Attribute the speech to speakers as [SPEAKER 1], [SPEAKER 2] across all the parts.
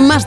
[SPEAKER 1] más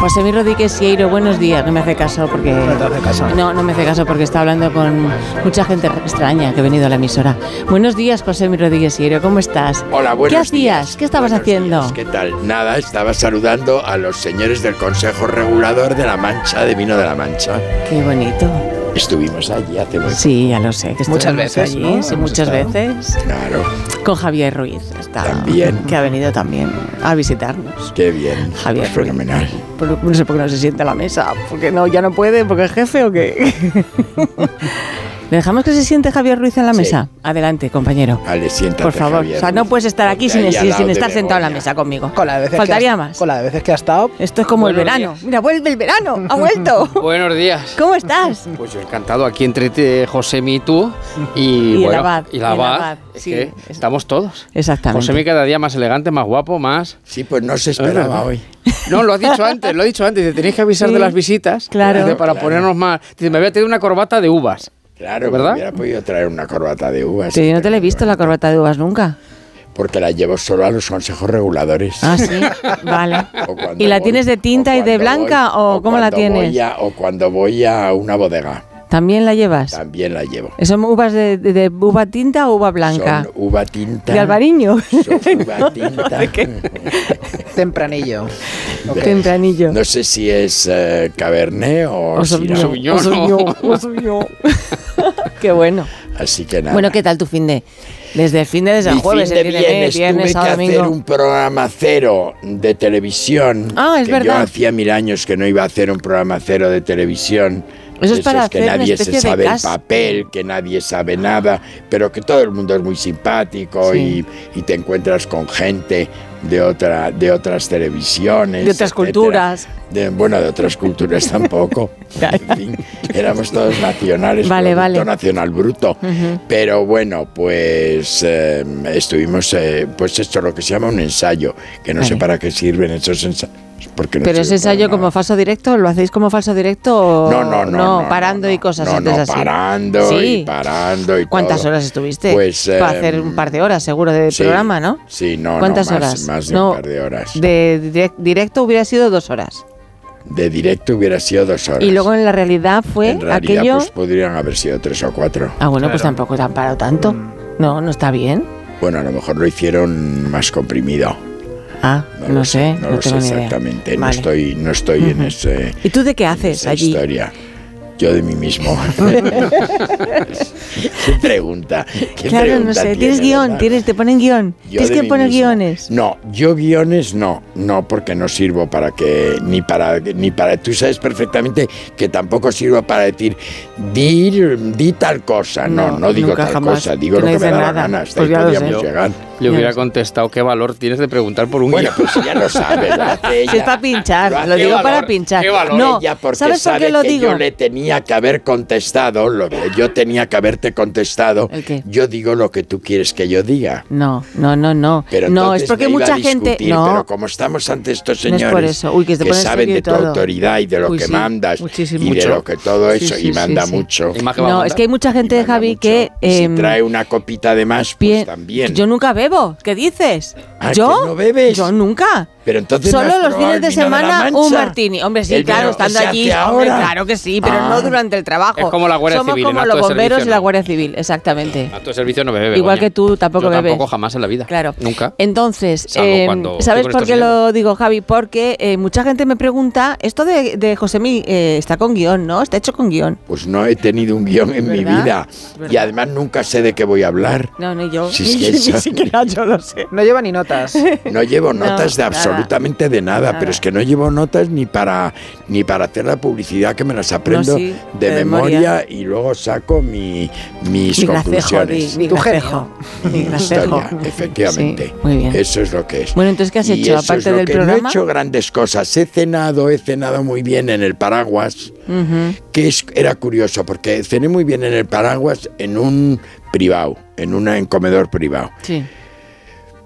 [SPEAKER 2] José Mi Rodríguez Sieiro, buenos días. No me hace caso porque.
[SPEAKER 3] No te hace caso.
[SPEAKER 2] No, no me hace caso porque está hablando con mucha gente extraña que ha venido a la emisora. Buenos días, José Mi Rodríguez Sieiro, ¿cómo estás?
[SPEAKER 4] Hola, buenos
[SPEAKER 2] ¿Qué hacías?
[SPEAKER 4] días.
[SPEAKER 2] ¿Qué estabas
[SPEAKER 4] Buenos
[SPEAKER 2] haciendo?
[SPEAKER 4] días, ¿Qué tal? Nada, estaba saludando a los señores del Consejo Regulador de la Mancha, de Vino de la Mancha.
[SPEAKER 2] Qué bonito.
[SPEAKER 4] Estuvimos allí hace muy
[SPEAKER 2] Sí, ya lo sé. que
[SPEAKER 3] Muchas
[SPEAKER 2] estuvimos
[SPEAKER 3] veces,
[SPEAKER 2] allí,
[SPEAKER 3] ¿no?
[SPEAKER 2] sí,
[SPEAKER 3] Hemos
[SPEAKER 2] muchas
[SPEAKER 3] estado.
[SPEAKER 2] veces.
[SPEAKER 4] Claro,
[SPEAKER 2] Con Javier Ruiz. está-
[SPEAKER 4] También.
[SPEAKER 2] Que ha venido también a visitarnos.
[SPEAKER 4] qué bien. Pues
[SPEAKER 2] Javier Ruiz.
[SPEAKER 4] Fenomenal.
[SPEAKER 2] Por- no sé por qué no se sienta a la mesa. Porque no, ya no puede, porque es jefe o qué. ¿Le dejamos que se siente Javier Ruiz en la
[SPEAKER 4] Sí.
[SPEAKER 2] mesa? Adelante, compañero.
[SPEAKER 4] Vale, siéntate.
[SPEAKER 2] Por favor,
[SPEAKER 4] Javier
[SPEAKER 2] o sea, no
[SPEAKER 4] Ruiz.
[SPEAKER 2] puedes estar aquí
[SPEAKER 4] Ponte
[SPEAKER 2] sin,
[SPEAKER 4] ahí al
[SPEAKER 2] sin,
[SPEAKER 4] lado de
[SPEAKER 2] estar sentado en la
[SPEAKER 4] Begoña.
[SPEAKER 2] mesa conmigo.
[SPEAKER 3] Con las veces
[SPEAKER 2] Faltaría
[SPEAKER 3] que has-
[SPEAKER 2] más.
[SPEAKER 3] Con las veces que ha estado.
[SPEAKER 2] Esto es como el
[SPEAKER 5] Buenos
[SPEAKER 2] verano.
[SPEAKER 5] días.
[SPEAKER 2] Mira, vuelve el verano, ha vuelto.
[SPEAKER 5] Buenos días.
[SPEAKER 2] ¿Cómo estás?
[SPEAKER 5] Pues yo encantado aquí entre eh, Josemi y tú
[SPEAKER 2] Y
[SPEAKER 5] y,
[SPEAKER 2] el
[SPEAKER 5] bueno,
[SPEAKER 2] abad,
[SPEAKER 5] y la
[SPEAKER 2] y el
[SPEAKER 5] abad.
[SPEAKER 2] abad,
[SPEAKER 5] Es
[SPEAKER 2] sí,
[SPEAKER 5] que
[SPEAKER 2] es-
[SPEAKER 5] estamos todos.
[SPEAKER 2] Exactamente.
[SPEAKER 5] Josemi cada día más elegante, más guapo, más.
[SPEAKER 4] Sí, pues no se
[SPEAKER 2] Ah,
[SPEAKER 5] Es
[SPEAKER 4] esperaba
[SPEAKER 5] verdad.
[SPEAKER 4] hoy.
[SPEAKER 5] No, lo ha dicho antes, lo ha dicho antes. Dice, tenéis que avisar
[SPEAKER 2] Sí,
[SPEAKER 5] de las visitas.
[SPEAKER 2] claro.
[SPEAKER 5] Dice, para
[SPEAKER 4] Claro.
[SPEAKER 5] ponernos más. Dice, me había tenido una corbata de uvas.
[SPEAKER 4] Claro,
[SPEAKER 5] ¿Verdad?
[SPEAKER 4] me hubiera podido traer una corbata de uvas.
[SPEAKER 2] Sí, no te la he visto la corbata de uvas nunca.
[SPEAKER 4] Porque la llevo solo a los consejos reguladores.
[SPEAKER 2] Ah, sí. Vale.
[SPEAKER 4] O cuando
[SPEAKER 2] ¿Y la
[SPEAKER 4] voy-
[SPEAKER 2] tienes de tinta
[SPEAKER 4] o
[SPEAKER 2] y de
[SPEAKER 4] cuando
[SPEAKER 2] blanca
[SPEAKER 4] voy-
[SPEAKER 2] o cómo la
[SPEAKER 4] cuando voy
[SPEAKER 2] tienes?
[SPEAKER 4] a- o cuando voy a una bodega,
[SPEAKER 2] ¿También la llevas?
[SPEAKER 4] también la llevo.
[SPEAKER 2] ¿Son uvas de, de- de uva tinta o uva blanca?
[SPEAKER 4] Son uva tinta.
[SPEAKER 2] ¿De Albariño?
[SPEAKER 4] Son uva tinta.
[SPEAKER 3] Tempranillo.
[SPEAKER 2] Tempranillo.
[SPEAKER 4] No sé si es eh, Cabernet o,
[SPEAKER 2] O
[SPEAKER 4] Syrah.
[SPEAKER 5] Sauvignon,
[SPEAKER 2] o Sauvignon, o Sauvignon. Qué bueno.
[SPEAKER 4] Así que nada.
[SPEAKER 2] Bueno, ¿qué tal tu fin de? Desde el fin de desde
[SPEAKER 4] Mi
[SPEAKER 2] el jueves,
[SPEAKER 4] fin de
[SPEAKER 2] entiéndeme,
[SPEAKER 4] viernes,
[SPEAKER 2] viernes,
[SPEAKER 4] tuve que
[SPEAKER 2] sábado, domingo.
[SPEAKER 4] hacer un programa cero de televisión.
[SPEAKER 2] Ah, es
[SPEAKER 4] que
[SPEAKER 2] verdad.
[SPEAKER 4] Yo hacía mil años que no iba a hacer un programa cero de televisión.
[SPEAKER 2] Eso es
[SPEAKER 4] De esos
[SPEAKER 2] para
[SPEAKER 4] que
[SPEAKER 2] hacer una
[SPEAKER 4] nadie se
[SPEAKER 2] especie de
[SPEAKER 4] sabe el
[SPEAKER 2] casting.
[SPEAKER 4] papel, que nadie sabe nada, pero que todo el mundo es muy simpático
[SPEAKER 2] Sí.
[SPEAKER 4] y, y te encuentras con gente de otra, de otras televisiones,
[SPEAKER 2] De otras culturas.
[SPEAKER 4] De- bueno, de otras culturas tampoco. en fin, éramos todos nacionales,
[SPEAKER 2] Vale,
[SPEAKER 4] Producto
[SPEAKER 2] vale.
[SPEAKER 4] nacional bruto. Pero bueno, pues eh, estuvimos, eh, pues esto, lo que se llama un ensayo, que no sé
[SPEAKER 2] Vale.
[SPEAKER 4] para qué sirven esos ensayos. Porque no
[SPEAKER 2] Pero ese
[SPEAKER 4] sirven para
[SPEAKER 2] ensayo como
[SPEAKER 4] nada.
[SPEAKER 2] falso directo, ¿lo hacéis como falso directo o
[SPEAKER 4] No, no, no. no,
[SPEAKER 2] parando
[SPEAKER 4] no,
[SPEAKER 2] y cosas
[SPEAKER 4] no,
[SPEAKER 2] antes
[SPEAKER 4] no,
[SPEAKER 2] así?
[SPEAKER 4] parando
[SPEAKER 2] Sí.
[SPEAKER 4] y parando y
[SPEAKER 2] ¿Cuántas
[SPEAKER 4] todo.
[SPEAKER 2] horas estuviste?
[SPEAKER 4] Pues,
[SPEAKER 2] Para
[SPEAKER 4] eh,
[SPEAKER 2] hacer un par de horas seguro de
[SPEAKER 4] sí.
[SPEAKER 2] programa, ¿no?
[SPEAKER 4] Sí, no, no,
[SPEAKER 2] ¿Cuántas
[SPEAKER 4] más-
[SPEAKER 2] horas?
[SPEAKER 4] más de un
[SPEAKER 2] no,
[SPEAKER 4] par de horas.
[SPEAKER 2] de direc- directo hubiera sido dos horas.
[SPEAKER 4] De directo hubiera sido dos horas.
[SPEAKER 2] Y luego en la realidad fue
[SPEAKER 4] en realidad,
[SPEAKER 2] aquello...
[SPEAKER 4] pues podrían haber sido tres o cuatro.
[SPEAKER 2] ah, bueno, pues tampoco te han parado tanto. No, no está bien.
[SPEAKER 4] Bueno, a lo mejor lo hicieron más comprimido.
[SPEAKER 2] Ah, no,
[SPEAKER 4] No, lo
[SPEAKER 2] sé,
[SPEAKER 4] no,
[SPEAKER 2] no,
[SPEAKER 4] lo sé
[SPEAKER 2] tengo ni idea.
[SPEAKER 4] exactamente. No
[SPEAKER 2] Vale.
[SPEAKER 4] estoy, no estoy en ese.
[SPEAKER 2] ¿Y tú de qué haces
[SPEAKER 4] esa
[SPEAKER 2] allí?
[SPEAKER 4] historia. Yo de mí mismo. ¿Qué pregunta? ¿Qué
[SPEAKER 2] Claro, no sé.
[SPEAKER 4] pregunta tiene,
[SPEAKER 2] Tienes guión,
[SPEAKER 4] verdad?
[SPEAKER 2] tienes, te ponen guión.
[SPEAKER 4] Yo
[SPEAKER 2] tienes
[SPEAKER 4] de
[SPEAKER 2] que
[SPEAKER 4] mí
[SPEAKER 2] poner
[SPEAKER 4] mismo.
[SPEAKER 2] guiones.
[SPEAKER 4] No, yo guiones no, no, porque no sirvo para que, ni para, ni para, tú sabes perfectamente que tampoco sirvo para decir, di, di tal cosa, no,
[SPEAKER 2] No,
[SPEAKER 4] no, digo
[SPEAKER 2] nunca
[SPEAKER 4] tal
[SPEAKER 2] jamás.
[SPEAKER 4] cosa, digo
[SPEAKER 2] Tú
[SPEAKER 4] lo
[SPEAKER 2] no
[SPEAKER 4] que me
[SPEAKER 2] dices
[SPEAKER 4] da la
[SPEAKER 2] nada.
[SPEAKER 4] gana, hasta
[SPEAKER 2] Pues
[SPEAKER 4] ahí
[SPEAKER 2] ya lo
[SPEAKER 4] podíamos
[SPEAKER 2] sé.
[SPEAKER 4] llegar.
[SPEAKER 5] Le
[SPEAKER 2] Ya
[SPEAKER 5] hubiera
[SPEAKER 2] ves.
[SPEAKER 5] contestado qué valor tienes de preguntar por un
[SPEAKER 4] Bueno,
[SPEAKER 5] guión.
[SPEAKER 4] pues ya lo sabes, lo hace
[SPEAKER 2] Si es
[SPEAKER 4] ella.
[SPEAKER 2] para pinchar,
[SPEAKER 4] Lo hace
[SPEAKER 2] lo digo
[SPEAKER 4] ella.
[SPEAKER 2] para
[SPEAKER 5] valor,
[SPEAKER 2] pinchar.
[SPEAKER 5] qué valor.
[SPEAKER 2] no,
[SPEAKER 4] ella porque
[SPEAKER 2] ¿sabes por
[SPEAKER 4] sabe
[SPEAKER 2] qué lo
[SPEAKER 4] que
[SPEAKER 2] digo?
[SPEAKER 4] yo le tenía que haber contestado lo que yo tenía que haberte contestado.
[SPEAKER 2] ¿El qué?
[SPEAKER 4] Yo digo lo que tú quieres que yo diga.
[SPEAKER 2] No, no, no, no.
[SPEAKER 4] Pero
[SPEAKER 2] no,
[SPEAKER 4] entonces
[SPEAKER 2] es porque
[SPEAKER 4] me iba a
[SPEAKER 2] mucha gente.
[SPEAKER 4] discutir,
[SPEAKER 2] No,
[SPEAKER 4] Pero como estamos ante estos
[SPEAKER 2] No es por
[SPEAKER 4] señores
[SPEAKER 2] eso. Uy, que se ponen
[SPEAKER 4] saben
[SPEAKER 2] serio
[SPEAKER 4] de
[SPEAKER 2] y
[SPEAKER 4] tu
[SPEAKER 2] todo.
[SPEAKER 4] autoridad y de lo
[SPEAKER 2] Uy,
[SPEAKER 4] que
[SPEAKER 2] sí,
[SPEAKER 4] mandas
[SPEAKER 2] muchísimo.
[SPEAKER 4] y
[SPEAKER 2] Mucho.
[SPEAKER 4] de lo que todo
[SPEAKER 2] Sí,
[SPEAKER 4] eso
[SPEAKER 2] sí,
[SPEAKER 4] y manda
[SPEAKER 2] sí, sí.
[SPEAKER 4] mucho.
[SPEAKER 5] Y más que va a
[SPEAKER 2] no
[SPEAKER 5] mandar.
[SPEAKER 2] es que hay mucha gente,
[SPEAKER 4] Y manda
[SPEAKER 2] Javi,
[SPEAKER 4] mucho.
[SPEAKER 2] que.
[SPEAKER 4] Y si
[SPEAKER 2] em,
[SPEAKER 4] trae una copita de más, pues
[SPEAKER 2] pie-
[SPEAKER 4] también.
[SPEAKER 2] Yo nunca bebo. ¿Qué dices?
[SPEAKER 4] Ah,
[SPEAKER 2] ¿Yo?
[SPEAKER 4] que no bebes.
[SPEAKER 2] Yo nunca.
[SPEAKER 4] Pero entonces no has
[SPEAKER 2] Solo los fines
[SPEAKER 4] probado el
[SPEAKER 2] de
[SPEAKER 4] vino de la
[SPEAKER 2] semana
[SPEAKER 4] Mancha.
[SPEAKER 2] un martini. Hombre, sí,
[SPEAKER 4] El
[SPEAKER 2] claro,
[SPEAKER 4] vino
[SPEAKER 2] estando
[SPEAKER 4] que se
[SPEAKER 2] allí.
[SPEAKER 4] hace
[SPEAKER 2] hombre,
[SPEAKER 4] ahora.
[SPEAKER 2] claro que sí, pero
[SPEAKER 4] Ah.
[SPEAKER 2] no durante el trabajo.
[SPEAKER 5] Es como la Guardia
[SPEAKER 2] Somos
[SPEAKER 5] Civil, en
[SPEAKER 2] como
[SPEAKER 5] acto
[SPEAKER 2] los
[SPEAKER 5] de servicio,
[SPEAKER 2] bomberos y la
[SPEAKER 5] no.
[SPEAKER 2] Guardia Civil, exactamente.
[SPEAKER 5] A tu servicio no bebe.
[SPEAKER 2] Igual
[SPEAKER 5] Begoña.
[SPEAKER 2] que tú tampoco
[SPEAKER 5] Yo
[SPEAKER 2] bebes.
[SPEAKER 5] Tampoco jamás en la vida.
[SPEAKER 2] Claro.
[SPEAKER 5] Nunca.
[SPEAKER 2] Entonces,
[SPEAKER 5] Salvo
[SPEAKER 2] eh, ¿sabes
[SPEAKER 5] cuando estoy con
[SPEAKER 2] por
[SPEAKER 5] estos
[SPEAKER 2] qué lo
[SPEAKER 5] señores.
[SPEAKER 2] digo, Javi? Porque eh, mucha gente me pregunta, esto de, de Josemi eh, está con guión, ¿no? Está hecho con guión.
[SPEAKER 4] Pues no he tenido un guión en mi
[SPEAKER 2] ¿Verdad?
[SPEAKER 4] vida.
[SPEAKER 2] ¿Verdad?
[SPEAKER 4] Y además nunca sé de qué voy a hablar.
[SPEAKER 2] No, no, yo.
[SPEAKER 4] Si es que
[SPEAKER 2] Ni
[SPEAKER 4] eso-
[SPEAKER 2] siquiera yo lo sé.
[SPEAKER 3] No lleva ni notas.
[SPEAKER 4] No llevo notas de
[SPEAKER 2] nada.
[SPEAKER 4] absolutamente de nada,
[SPEAKER 2] Nada.
[SPEAKER 4] pero es que no llevo notas ni para ni para hacer la publicidad que me las aprendo
[SPEAKER 2] No, sí,
[SPEAKER 4] de,
[SPEAKER 2] de
[SPEAKER 4] memoria.
[SPEAKER 2] memoria.
[SPEAKER 4] y luego saco mi, mis
[SPEAKER 2] Mi gracejo,
[SPEAKER 4] conclusiones.
[SPEAKER 2] di, mi
[SPEAKER 3] Tu genio.
[SPEAKER 2] gracejo. Mi
[SPEAKER 4] Esta
[SPEAKER 2] gracejo.
[SPEAKER 4] ya, efectivamente.
[SPEAKER 2] Sí, muy bien.
[SPEAKER 4] Eso es lo que es.
[SPEAKER 2] Bueno, entonces, ¿qué has
[SPEAKER 4] Y
[SPEAKER 2] hecho
[SPEAKER 4] eso es
[SPEAKER 2] aparte
[SPEAKER 4] lo
[SPEAKER 2] del
[SPEAKER 4] que- No
[SPEAKER 2] programa?
[SPEAKER 4] he hecho grandes cosas. He cenado, he cenado muy bien en el paraguas,
[SPEAKER 2] Ujú.
[SPEAKER 4] que es- era curioso, porque cené muy bien en el paraguas en un privado, en un en comedor privado.
[SPEAKER 2] Sí.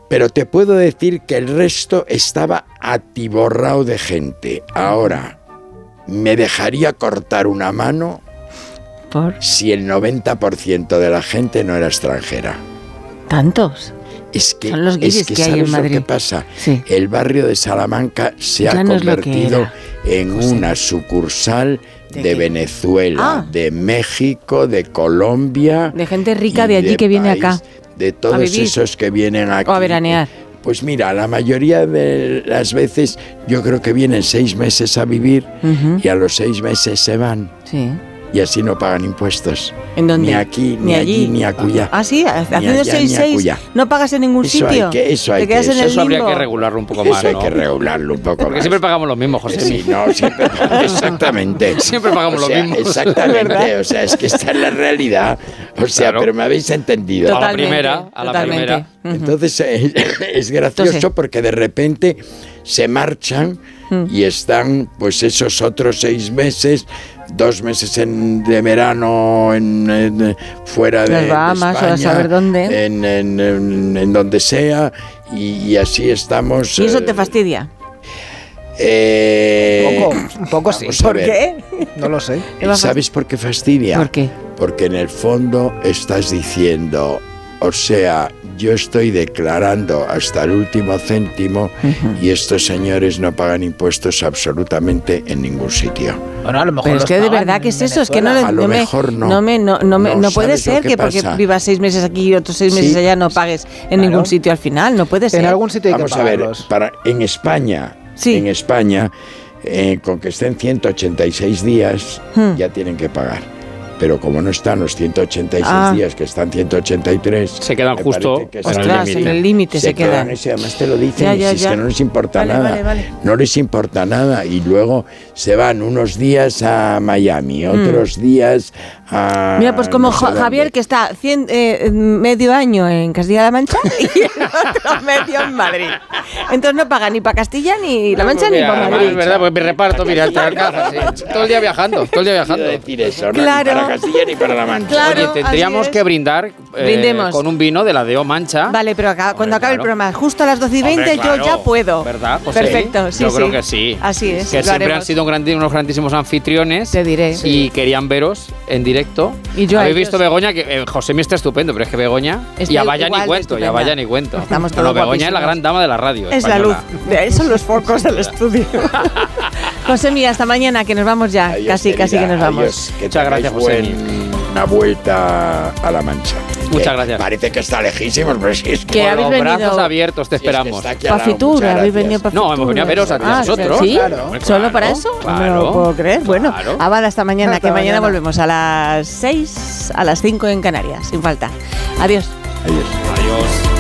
[SPEAKER 4] Pero te puedo decir que el resto estaba atiborrado de gente. Ahora, me dejaría cortar una mano
[SPEAKER 2] ¿Por
[SPEAKER 4] si el 90% de la gente no era extranjera.
[SPEAKER 2] tantos?
[SPEAKER 4] Es que,
[SPEAKER 2] Son los
[SPEAKER 4] es
[SPEAKER 2] guiris
[SPEAKER 4] que
[SPEAKER 2] que hay
[SPEAKER 4] ¿sabes
[SPEAKER 2] en Madrid.
[SPEAKER 4] lo que pasa?
[SPEAKER 2] Sí.
[SPEAKER 4] El barrio de Salamanca se ha
[SPEAKER 2] Ya no es lo que
[SPEAKER 4] convertido
[SPEAKER 2] era,
[SPEAKER 4] en una sucursal de,
[SPEAKER 2] ¿De qué?
[SPEAKER 4] Venezuela,
[SPEAKER 2] Ah.
[SPEAKER 4] de México, de Colombia.
[SPEAKER 2] De gente rica
[SPEAKER 4] y
[SPEAKER 2] de allí que viene acá.
[SPEAKER 4] De todos
[SPEAKER 2] vivir.
[SPEAKER 4] esos que vienen aquí.
[SPEAKER 2] O a veranear.
[SPEAKER 4] Pues mira, la mayoría de las veces yo creo que vienen seis meses a vivir
[SPEAKER 2] Ujú.
[SPEAKER 4] y a los seis meses se van
[SPEAKER 2] Sí.
[SPEAKER 4] y así no pagan impuestos.
[SPEAKER 2] ¿En dónde?
[SPEAKER 4] Ni aquí, ni, allí, ni acullá.
[SPEAKER 2] Ah, sí, haciendo
[SPEAKER 4] allá, ni
[SPEAKER 2] 6-6
[SPEAKER 4] acullá.
[SPEAKER 2] no pagas en ningún
[SPEAKER 4] Eso hay
[SPEAKER 2] sitio.
[SPEAKER 4] que- eso hay
[SPEAKER 2] Te quedas
[SPEAKER 4] que-
[SPEAKER 2] en el
[SPEAKER 5] Eso habría
[SPEAKER 2] limbo.
[SPEAKER 5] que regularlo un poco
[SPEAKER 4] Eso
[SPEAKER 5] más,
[SPEAKER 4] hay
[SPEAKER 5] ¿no?
[SPEAKER 4] que regularlo un poco
[SPEAKER 5] Porque
[SPEAKER 4] más.
[SPEAKER 5] siempre pagamos lo mismo, José.
[SPEAKER 4] Sí, no, siempre exactamente.
[SPEAKER 5] Siempre pagamos
[SPEAKER 4] O
[SPEAKER 5] lo
[SPEAKER 4] sea,
[SPEAKER 5] mismo.
[SPEAKER 4] Exactamente, o sea, es que esta es la realidad. O sea,
[SPEAKER 5] Claro.
[SPEAKER 4] pero me habéis entendido.
[SPEAKER 5] Total.
[SPEAKER 2] Totalmente,
[SPEAKER 5] A la primera, a la
[SPEAKER 2] totalmente.
[SPEAKER 5] primera.
[SPEAKER 2] Ujú.
[SPEAKER 4] Entonces eh, es gracioso
[SPEAKER 2] Entonces-
[SPEAKER 4] porque de repente se marchan
[SPEAKER 2] Mm.
[SPEAKER 4] y están pues esos otros seis meses, dos meses en- de verano en, en- eh, fuera de,
[SPEAKER 2] Las
[SPEAKER 4] de
[SPEAKER 2] Bahamas, o a
[SPEAKER 4] España,
[SPEAKER 2] saber dónde.
[SPEAKER 4] En, en- en- en donde sea y, y así estamos.
[SPEAKER 2] Y eso
[SPEAKER 4] eh,
[SPEAKER 2] te fastidia.
[SPEAKER 4] eh,
[SPEAKER 3] Poco, un poco sí.
[SPEAKER 4] vamos a ver.
[SPEAKER 3] No lo sé.
[SPEAKER 2] Te va a fast-
[SPEAKER 4] ¿Sabes por qué fastidia?
[SPEAKER 2] ¿Por qué?
[SPEAKER 4] Porque en el fondo estás diciendo, o sea, yo estoy declarando hasta el último céntimo y estos señores no pagan impuestos absolutamente en ningún sitio.
[SPEAKER 3] Bueno, a lo mejor
[SPEAKER 2] Pero es
[SPEAKER 3] los
[SPEAKER 2] que de
[SPEAKER 3] pagan
[SPEAKER 2] verdad que es
[SPEAKER 3] en
[SPEAKER 2] eso, es que no,
[SPEAKER 4] Venezuela. A lo
[SPEAKER 2] me,
[SPEAKER 4] mejor no.
[SPEAKER 2] me, no, no me-
[SPEAKER 4] No,
[SPEAKER 2] no puede
[SPEAKER 4] ¿sabes lo
[SPEAKER 2] ser
[SPEAKER 4] que
[SPEAKER 2] que, porque
[SPEAKER 4] pasa?
[SPEAKER 2] vivas seis meses aquí y otros seis
[SPEAKER 4] Sí.
[SPEAKER 2] meses allá no pagues en ningún sitio al final, no puede ser.
[SPEAKER 3] En algún sitio hay
[SPEAKER 4] Vamos
[SPEAKER 3] que
[SPEAKER 4] a ver,
[SPEAKER 3] pagarlos.
[SPEAKER 4] para, en España,
[SPEAKER 2] Sí.
[SPEAKER 4] en España, eh, con que estén 186 días,
[SPEAKER 2] Hmm.
[SPEAKER 4] ya tienen que pagar. Pero como no están los 186
[SPEAKER 2] Ah.
[SPEAKER 4] días, que están 183,
[SPEAKER 5] Se quedan
[SPEAKER 4] me
[SPEAKER 5] Ah, justo
[SPEAKER 4] parece que
[SPEAKER 5] en
[SPEAKER 4] se
[SPEAKER 5] el
[SPEAKER 4] quedan-
[SPEAKER 5] límite. en
[SPEAKER 2] el límite se quedan.
[SPEAKER 4] eso, y además te lo dicen,
[SPEAKER 2] Ya,
[SPEAKER 4] y
[SPEAKER 2] ya,
[SPEAKER 4] si es
[SPEAKER 2] ya.
[SPEAKER 4] que no les importa
[SPEAKER 2] Vale,
[SPEAKER 4] nada.
[SPEAKER 2] vale, vale.
[SPEAKER 4] No les importa nada. Y luego se van unos días a Miami, otros días a.
[SPEAKER 2] Mm. Mira, pues como
[SPEAKER 4] no sé
[SPEAKER 2] Ja-
[SPEAKER 4] dónde.
[SPEAKER 2] Javier, que está cien- eh, medio año en Castilla-La Mancha y el otro medio en Madrid. Entonces no paga ni para Castilla, ni La Mancha, ni
[SPEAKER 5] pues Mira,
[SPEAKER 2] para
[SPEAKER 5] además, Es
[SPEAKER 2] Madrid.
[SPEAKER 5] verdad, porque me reparto, mira, hasta alcanza, sí. Todo el día viajando, todo el día
[SPEAKER 4] Quiero
[SPEAKER 5] viajando.
[SPEAKER 4] decir eso, ¿no? Ni
[SPEAKER 2] Claro.
[SPEAKER 4] para Castilla ni para La Mancha.
[SPEAKER 2] Claro,
[SPEAKER 5] Oye,
[SPEAKER 2] así
[SPEAKER 5] tendríamos
[SPEAKER 2] es.
[SPEAKER 5] que brindar eh,
[SPEAKER 2] Brindemos.
[SPEAKER 5] con un vino de la de O Mancha.
[SPEAKER 2] Vale, pero acá- cuando acabe el
[SPEAKER 5] claro.
[SPEAKER 2] programa, justo a las 12 y 20,
[SPEAKER 5] Hombre,
[SPEAKER 2] yo
[SPEAKER 5] claro.
[SPEAKER 2] ya puedo.
[SPEAKER 5] ¿Verdad, José?
[SPEAKER 2] Perfecto, sí,
[SPEAKER 5] Yo
[SPEAKER 2] sí.
[SPEAKER 5] creo que sí.
[SPEAKER 2] Así es.
[SPEAKER 5] que
[SPEAKER 2] lo
[SPEAKER 5] siempre han
[SPEAKER 2] haremos.
[SPEAKER 5] sido un grandi- unos grandísimos anfitriones.
[SPEAKER 2] Te diré.
[SPEAKER 5] Y querían veros en directo.
[SPEAKER 2] Y yo a
[SPEAKER 5] Habéis
[SPEAKER 2] ellos.
[SPEAKER 5] visto Begoña, que eh, José mi está estupendo, pero es que Begoña.
[SPEAKER 2] Estoy
[SPEAKER 5] y a vaya
[SPEAKER 2] igual
[SPEAKER 5] ni
[SPEAKER 2] de
[SPEAKER 5] cuento, y a
[SPEAKER 2] estupenda.
[SPEAKER 5] vaya ni cuento.
[SPEAKER 2] Estamos
[SPEAKER 5] No, no,
[SPEAKER 2] todos
[SPEAKER 5] Begoña es
[SPEAKER 2] guapísimos.
[SPEAKER 5] la gran dama de la radio.
[SPEAKER 2] Es la luz.
[SPEAKER 5] española.
[SPEAKER 2] De ahí son los focos del estudio. José Miguel, hasta mañana, que nos vamos ya.
[SPEAKER 4] Adiós,
[SPEAKER 2] casi, casi que
[SPEAKER 4] querida,
[SPEAKER 2] nos vamos.
[SPEAKER 4] adiós. Que
[SPEAKER 5] Muchas
[SPEAKER 4] tengáis
[SPEAKER 5] gracias, Josemi.
[SPEAKER 4] Una vuelta a la mancha.
[SPEAKER 5] Muchas
[SPEAKER 4] Que
[SPEAKER 5] gracias.
[SPEAKER 4] Parece que está lejísimos, pero sí es que.
[SPEAKER 2] Que
[SPEAKER 5] Con
[SPEAKER 2] habéis
[SPEAKER 5] los
[SPEAKER 2] venido-
[SPEAKER 5] brazos abiertos te
[SPEAKER 4] es que está
[SPEAKER 5] esperamos.
[SPEAKER 4] aquí al
[SPEAKER 2] Pa'
[SPEAKER 4] lado.
[SPEAKER 2] Fitur,
[SPEAKER 4] Muchas
[SPEAKER 2] habéis
[SPEAKER 4] gracias.
[SPEAKER 2] venido para
[SPEAKER 5] No, hemos venido a veros a nosotros.
[SPEAKER 2] ¿Sí?
[SPEAKER 3] Claro.
[SPEAKER 5] Hombre,
[SPEAKER 2] ¿Solo para
[SPEAKER 5] claro,
[SPEAKER 2] eso?
[SPEAKER 5] claro.
[SPEAKER 2] No lo puedo creer. Bueno,
[SPEAKER 5] Claro.
[SPEAKER 2] Abada hasta mañana,
[SPEAKER 3] Hasta
[SPEAKER 2] que mañana,
[SPEAKER 3] mañana.
[SPEAKER 2] volvemos a las 6, a las 5 en Canarias, sin falta. Adiós.
[SPEAKER 4] Adiós.
[SPEAKER 5] Adiós.